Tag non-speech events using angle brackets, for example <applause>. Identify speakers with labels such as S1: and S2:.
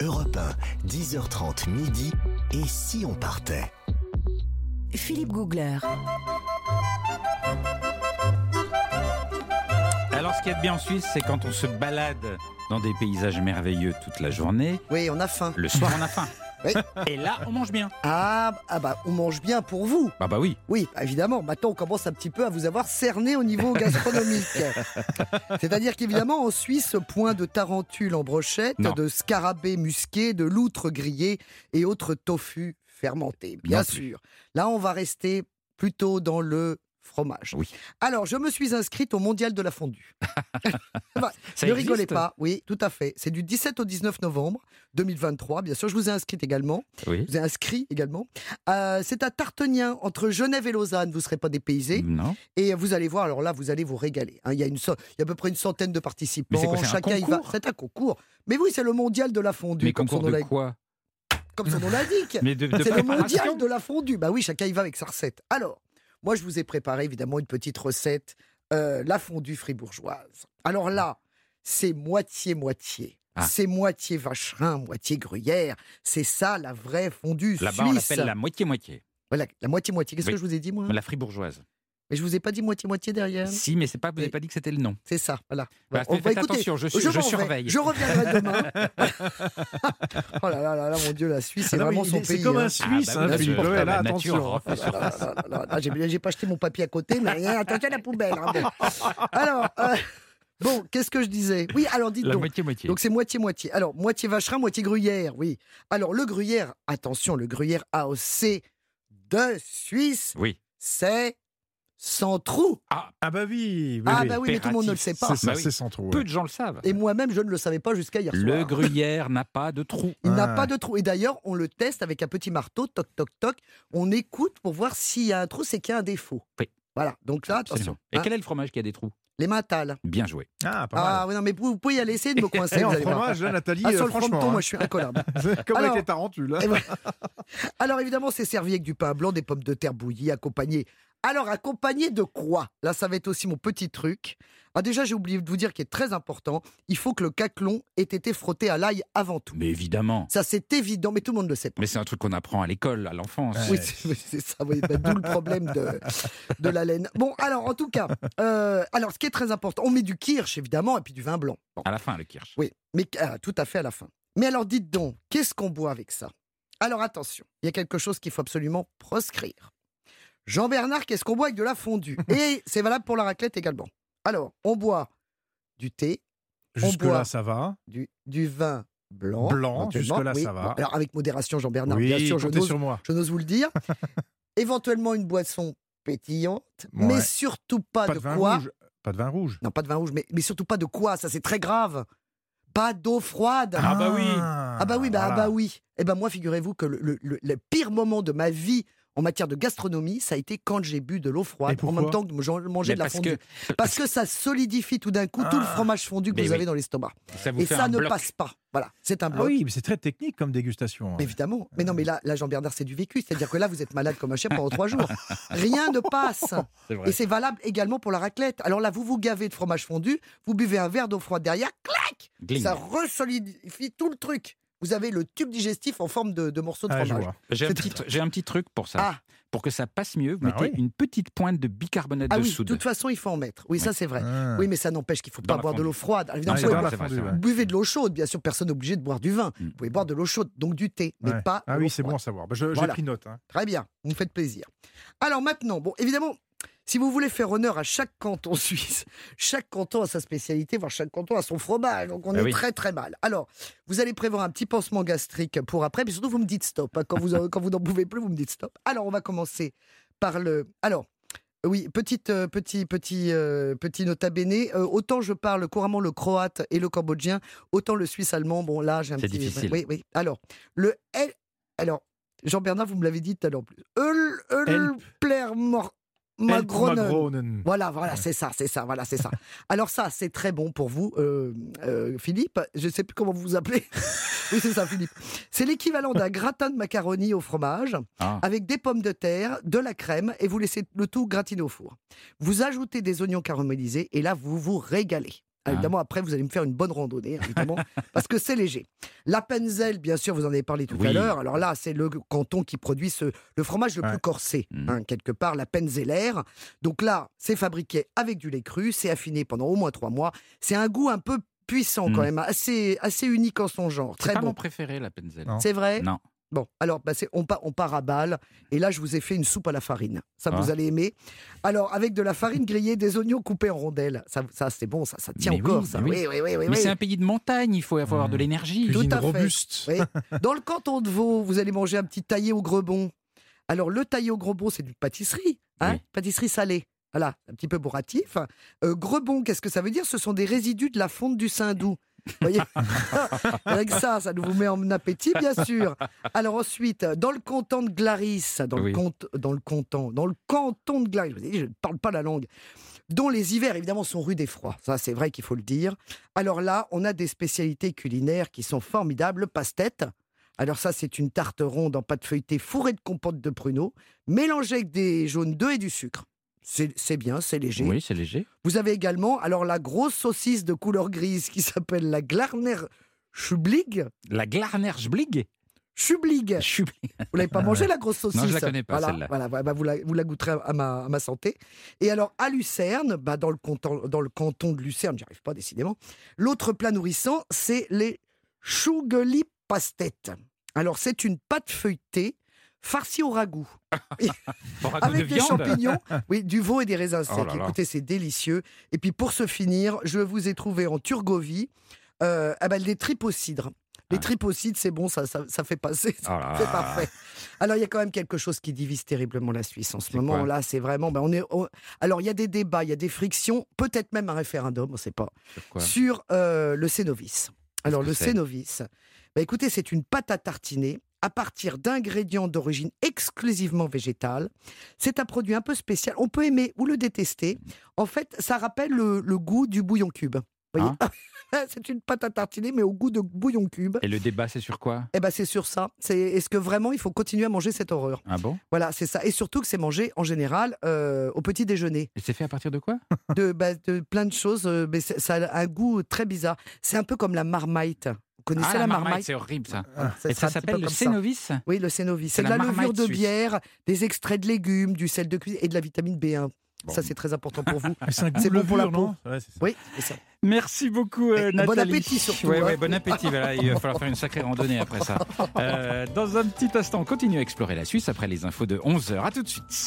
S1: Europe 1, 10h30 midi. Et si on partait
S2: Philippe Googler.
S3: Alors, ce qu'il y a de bien en Suisse, c'est quand on se balade dans des paysages merveilleux toute la journée,
S4: Oui, on a faim.
S3: le soir, on a faim.
S4: Oui.
S3: <laughs> Et là, on mange bien.
S4: Ah, ah bah, on mange bien pour vous.
S3: Bah, bah oui.
S4: Oui, évidemment. Maintenant, on commence un petit peu à vous avoir cerné au niveau gastronomique.
S3: <laughs>
S4: C'est-à-dire qu'évidemment, en Suisse, point de tarentule en brochette,
S3: Non.
S4: de scarabée musqué, de loutre grillée et autres tofu fermentés, bien
S3: Non plus.
S4: sûr. Là, on va rester plutôt dans le fromage.
S3: Oui.
S4: Alors, je me suis inscrite au mondial de
S3: <laughs>
S4: la fondue.
S3: Ça
S4: ne
S3: existe
S4: rigolez pas, oui, tout à fait. C'est du 17 au 19 novembre 2023, bien sûr. Je vous ai inscrite également.
S3: Oui.
S4: Je vous ai inscrit également. Euh, c'est à Tartenien, entre Genève et Lausanne, vous ne serez pas dépaysé.
S3: Non.
S4: Et vous allez voir, alors là, vous allez vous régaler. hein. il, y a une so- il y a à peu près une centaine de participants.
S3: Mais c'est quoi, c'est un
S4: Chacun y va.
S3: concours
S4: C'est un concours. Mais oui, c'est le mondial de la fondue,
S3: Mais
S4: comme son,
S3: concours
S4: nom
S3: de
S4: l'a-
S3: quoi
S4: comme son nom l'indique.
S3: Mais <laughs> de, de
S4: C'est le
S3: préparation
S4: mondial de la fondue. Bah oui, chacun y va avec sa recette. Alors, moi, je vous ai préparé évidemment une petite recette, euh, la fondue fribourgeoise. Alors là, c'est moitié-moitié.
S3: Ah.
S4: C'est moitié vacherin, moitié gruyère. C'est ça la vraie fondue
S3: Là-bas, on
S4: suisse.
S3: l'appelle la moitié-moitié.
S4: Voilà, la moitié-moitié. Qu'est-ce
S3: Oui.
S4: que je vous ai dit, moi
S3: La fribourgeoise.
S4: Mais je vous ai pas dit moitié-moitié derrière.
S3: Si, mais c'est pas, vous n'avez
S4: Mais-
S3: pas dit que c'était le nom.
S4: C'est ça, voilà.
S3: Bah,
S4: Bon,
S3: faites attention, je suis- je
S4: m'en vais.
S3: surveille.
S4: Je reviendrai
S3: <laughs>
S4: demain. <laughs> oh là là là là, mon Dieu, la Suisse, c'est
S5: Ah non,
S4: vraiment
S5: il-
S4: son
S5: C'est
S4: pays.
S5: comme
S4: hein.
S5: un Suisse,
S3: bah oui,
S5: hein,
S3: là,
S5: Philippe.
S3: je-
S5: Ouais,
S3: la
S5: là,
S3: nature
S5: attention.
S3: refait
S4: Ah là là là là là, J'ai j'ai pas jeté mon papier à côté, mais hein, attention à la poubelle. hein, bon.
S3: <laughs>
S4: Alors, euh, bon, qu'est-ce que je disais Oui, alors dites
S3: La
S4: donc.
S3: moitié-moitié.
S4: Donc c'est moitié-moitié. Alors, moitié vacherin, moitié gruyère, oui. Alors, le gruyère, attention, le gruyère AOC de Suisse,
S3: Oui.
S4: c'est sans trou.
S5: Ah bah oui, oui,
S4: Ah
S5: oui.
S4: bah oui, mais tout le monde ne le sait pas.
S5: C'est ça,
S3: Bah oui.
S5: c'est sans trou.
S3: Peu
S5: ouais.
S3: de gens le savent.
S4: Et moi-même, je ne le savais pas jusqu'à hier
S3: Le
S4: soir.
S3: gruyère n'a pas de trou.
S4: Il n'a
S5: Ah.
S4: pas de trou. Et d'ailleurs, on le teste avec un petit marteau, toc, toc, toc. On écoute pour voir s'il y a un trou, c'est qu'il y a un défaut.
S3: Oui.
S4: Voilà, donc là,
S3: Absolument.
S4: attention.
S3: Et
S4: hein,
S3: quel est le fromage qui a des trous
S4: les mentales.
S3: Bien joué.
S5: Ah, pas mal.
S4: Ah oui, non, mais vous, vous pouvez y aller, essayez de me coincer,
S5: <laughs> Et
S4: vous
S5: en
S4: allez voir.
S5: fromage, là, Nathalie,
S4: Ah,
S5: euh,
S4: sur le
S5: franchement,
S4: frometon,
S5: hein,
S4: moi, je suis
S5: <laughs>
S4: incollable.
S5: c'est comme
S4: Alors- eh,
S5: avec les tarentules. hein.
S4: Et voilà. Alors, évidemment, c'est servi avec du pain blanc, des pommes de terre bouillies, accompagnées. Alors, accompagné de quoi Là, ça va être aussi mon petit truc. Ah, déjà, j'ai oublié de vous dire qui est très important. Il faut que le caclon ait été frotté à l'ail avant tout.
S3: Mais évidemment.
S4: Ça, c'est évident, mais tout le monde le sait.
S3: Mais c'est un truc qu'on apprend à l'école, à l'enfance.
S4: Oui, c'est c'est ça, oui, bah, d'où le problème de, de la laine. Bon, alors, en tout cas, euh, alors, ce qui est très important, on met du kirsch, évidemment, et puis du vin blanc. Bon,
S3: À la fin, le kirsch.
S4: oui, mais ah, tout à fait à la fin. Mais alors, dites donc, qu'est-ce qu'on boit avec ça Alors, attention, il y a quelque chose qu'il faut absolument proscrire. Jean-Bernard, qu'est-ce qu'on boit avec de la fondue
S5: <laughs>
S4: Et c'est valable pour la raclette également. Alors, on boit du thé, boit.
S5: Jusque-là, ça va.
S4: du, du vin blanc.
S5: Blanc,
S4: éventuellement,
S5: jusque-là, ça va.
S4: alors, avec modération, Jean-Bernard,
S5: oui,
S4: Ah bien sûr, je
S5: comptez
S4: n'ose
S5: sur moi.
S4: je n'ose vous le dire. Éventuellement une boisson pétillante, mais
S5: Ouais.
S4: surtout pas,
S5: Pas
S4: de,
S5: de vin
S4: quoi.
S5: rouge. Pas de vin rouge.
S4: Non, pas de vin rouge, mais, mais surtout pas de quoi, ça c'est très grave. Pas d'eau froide.
S3: Ah bah oui.
S4: Ah bah oui, bah, ah
S5: voilà.
S4: bah oui. Eh ben moi, figurez-vous que le, le- le- le pire moment de ma vie en matière de gastronomie, ça a été quand j'ai bu de l'eau
S5: Et
S4: froide en
S5: pourquoi
S4: même temps que j'en- mangeais
S3: Mais
S4: de la
S3: parce
S4: fondue.
S3: que
S4: Parce que ça solidifie tout d'un coup tout le
S5: Ah.
S4: fromage fondu que
S3: Mais
S4: vous
S3: oui.
S4: avez dans l'estomac.
S3: ça vous
S4: Et
S3: fait
S4: ça
S3: un
S4: ne
S3: bloc.
S4: passe pas. Voilà, c'est un
S5: Ah
S4: bloc.
S5: oui, mais c'est très technique comme dégustation. hein.
S4: Mais Évidemment. Mais non, mais là, là Jean-Bernard, c'est du vécu. C'est-à-dire que là, vous êtes malade comme un chien pendant trois
S5: <laughs>
S4: jours. Rien ne passe.
S3: C'est vrai.
S4: Et c'est valable également pour la raclette. Alors là, vous vous gavez de fromage fondu, vous buvez un verre d'eau froide derrière, clac
S3: Gling.
S4: Ça resolidifie tout le truc. Vous avez le tube digestif en forme de, de morceau de
S5: Ah, je
S4: fromage.
S5: vois.
S3: J'ai un,
S4: c'est
S3: petit, j'ai un petit truc pour ça.
S4: Ah. Bah
S3: Pour que ça passe mieux, vous
S5: Ah
S3: mettez
S5: oui.
S3: une petite pointe de bicarbonate
S4: Ah
S3: de
S4: oui, de
S3: soude.
S4: toute façon, il faut en mettre. Oui, ça, c'est vrai.
S5: Ah.
S4: Oui, mais ça n'empêche qu'il ne faut
S3: Dans
S4: pas
S3: la
S4: boire de
S3: fondue.
S4: l'eau froide. Alors,
S5: Ah,
S4: Évidemment,
S5: c'est
S4: vous
S5: dans
S4: pouvez
S5: la
S3: c'est
S5: fondue,
S3: vrai,
S5: ouais.
S4: boire- buvez de l'eau chaude, bien sûr, personne n'est obligé de boire du vin.
S3: Mm.
S4: Vous pouvez boire de l'eau chaude, donc du thé, mais
S5: Ouais.
S4: pas.
S5: Ah
S4: de l'eau
S5: oui, c'est
S4: froide.
S5: bon à savoir. Bah, je- J'ai
S4: Voilà.
S5: pris note. hein.
S4: Très bien, vous me faites plaisir. Alors maintenant, bon, évidemment, si vous voulez faire honneur à chaque canton <laughs> suisse, chaque canton a sa spécialité, voire chaque canton a son fromage, donc on
S3: Ah
S4: est
S3: oui.
S4: très très mal. Alors, vous allez prévoir un petit pansement gastrique pour après, mais surtout vous me dites stop. hein, quand vous en- quand vous n'en pouvez plus, vous me dites stop. Alors, on va commencer par le. Alors. Oui, petite, euh, petit, petit, euh, petit nota bene. Euh, autant je parle couramment le croate et le cambodgien, autant le suisse allemand. Bon, là, j'ai un
S3: C'est
S4: petit.
S3: difficile.
S4: Oui, oui. Alors, le L. Alors, Jean-Bernard, vous me l'avez dit tout à l'heure. plus. Eul- Eul-
S5: Help.
S4: Plermor-
S5: Help
S4: Magronen.
S3: Mm.
S5: Magronen.
S4: Voilà, voilà, c'est ça, c'est ça, voilà,
S3: <laughs>
S4: c'est ça. Alors ça, c'est très bon pour vous, euh, euh, Philippe. Je ne sais plus comment vous vous appelez. <laughs> oui, c'est ça, Philippe. C'est
S3: <laughs>
S4: l'équivalent d'un gratin de macaroni au fromage
S3: Ah.
S4: avec des pommes de terre, de la crème et vous laissez le tout gratiner au four. Vous ajoutez des oignons caramélisés et là, vous vous régalez. Ah,
S3: Ah.
S4: Évidemment, après, vous allez me faire une bonne randonnée, hein, évidemment,
S3: <laughs>
S4: parce que c'est léger. La Penzel, bien sûr, vous en avez parlé tout à
S3: Oui.
S4: l'heure. Alors là, c'est le canton qui produit ce- le fromage le plus
S5: Ouais.
S4: corsé,
S3: Mhm.
S4: hein, quelque part, la Penzeller. Donc là, c'est fabriqué avec du lait cru, c'est affiné pendant au moins trois mois. C'est un goût un peu puissant, quand
S3: Mhm.
S4: même, assez, assez unique en son genre.
S3: C'est
S4: Très
S3: pas
S4: bon.
S3: mon préféré, la Penzel.
S5: Non.
S4: C'est vrai
S3: Non.
S4: Bon, alors, bah, c'est- on, pa- on part à balle. Et là, je vous ai fait une soupe à la farine. Ça, vous
S3: Ah.
S4: allez aimer. Alors, avec de la farine grillée, des oignons coupés en rondelles. Ça, ça c'est bon, ça, ça tient
S3: Mais oui,
S4: encore. ça.
S3: mais
S4: Oui, oui, oui, oui.
S3: Mais
S4: oui.
S3: c'est un pays de montagne, il faut avoir
S5: Mmh.
S3: de l'énergie.
S4: Tout
S5: Cuisine
S4: à fait.
S5: robuste.
S4: <laughs> Oui. Dans le canton de Vaud, vous allez manger un petit taillé au grebon. Alors, le taillé au grebon, c'est du pâtisserie, hein
S3: Oui.
S4: pâtisserie salée. Voilà, un petit peu bourratif. Euh, grebon, qu'est-ce que ça veut dire Ce sont des résidus de la fonte du Saint-Doux. Vous
S3: <laughs>
S4: voyez Rien que ça, ça nous vous met en appétit, bien sûr. Alors ensuite, dans le canton de Glaris, dans,
S3: Oui.
S4: le, cont- dans le canton, dans le canton de Glaris, je vous ai dit, je ne parle pas la langue, dont les hivers, évidemment, sont rudes et froids. Ça, c'est vrai qu'il faut le dire. Alors là, on a des spécialités culinaires qui sont formidables. Le pastète. Alors ça, c'est une tarte ronde en pâte feuilletée fourrée de compote de pruneaux, mélangée avec des jaunes d'œufs et du sucre. C'est c'est bien, c'est léger.
S3: Oui, c'est léger.
S4: Vous avez également, alors, la grosse saucisse de couleur grise qui s'appelle la Glarner Schublig.
S3: La Glarner Schblig.
S4: Schublig
S3: Schublig.
S4: Vous l'avez pas mangé, la grosse saucisse
S3: Ah Non, je la connais pas,
S4: Voilà,
S3: celle-là.
S4: voilà, voilà, bah, vous, la, vous la goûterez à ma, à ma santé. Et alors, à Lucerne, bah, dans, le canton, dans le canton de Lucerne, j'y arrive pas décidément, l'autre plat nourrissant, c'est les chougeli pastettes. Alors, c'est une pâte feuilletée farcie au ragoût,
S3: <laughs> Pour un coup Ah, de
S4: avec des
S3: viande. <laughs>
S4: champignons, oui, du veau et des raisins
S3: Oh
S4: secs.
S3: là là.
S4: Écoutez, c'est délicieux. Et puis, pour se finir, je vous ai trouvé en Turgovie euh, ah bah, des tripes au cidre. Les
S3: Ah.
S4: tripes au cidre, c'est bon, ça, ça, ça fait passer. <laughs>
S3: Oh là
S4: C'est
S3: là.
S4: parfait. Alors, il y a quand même quelque chose qui divise terriblement la Suisse en ce
S3: C'est
S4: moment.
S3: quoi
S4: Là, c'est vraiment. ben, on est, on- Alors, il y a des débats, il y a des frictions, peut-être même un référendum, on ne sait pas,
S3: Sur quoi
S4: sur euh, le Cénovis. Alors,
S3: que
S4: le
S3: c'est
S4: Cénovis, ben, écoutez, c'est une pâte à tartiner à partir d'ingrédients d'origine exclusivement végétale. C'est un produit un peu spécial. On peut aimer ou le détester. En fait, ça rappelle le, le goût du bouillon cube. Vous voyez
S3: Hein
S4: <laughs> c'est une pâte à tartiner, mais au goût de bouillon cube.
S3: Et le débat, c'est sur quoi
S4: Eh ben c'est sur ça. C'est est-ce que vraiment il faut continuer à manger cette horreur
S3: Ah bon
S4: Voilà, c'est ça. Et surtout que c'est mangé en général euh, au petit déjeuner
S3: Et c'est fait à partir de quoi
S4: de, bah, de plein de choses, euh, mais c'est- ça a un goût très bizarre. C'est un peu comme la marmite. Vous connaissez
S3: Ah,
S4: la,
S3: la marmite,
S4: marmite,
S3: c'est horrible ça.
S4: Voilà,
S3: Et
S4: sera
S3: ça
S4: un petit peu
S3: s'appelle le
S4: comme ça.
S3: Cénovis
S4: Oui, le cénovis.
S3: C'est
S4: C'est de la,
S3: la
S4: levure
S3: marmite
S4: de
S3: suisse.
S4: bière, des extraits de légumes, du sel de cuisine et de la vitamine B1.
S3: Bon.
S4: Ça, c'est très important pour vous.
S5: Mais Ah, C'est un goût
S4: C'est bon pour la
S5: levure, non Ouais, c'est ça.
S4: Oui, c'est ça.
S3: Merci beaucoup, euh,
S4: Et Eh, bon
S3: Nathalie.
S4: appétit surtout,
S3: Ouais,
S4: hein.
S3: ouais, bon appétit. voilà, il va falloir faire une sacrée randonnée après ça. Euh, dans un petit instant, on continue à explorer la Suisse après les infos de 11h. À tout de suite.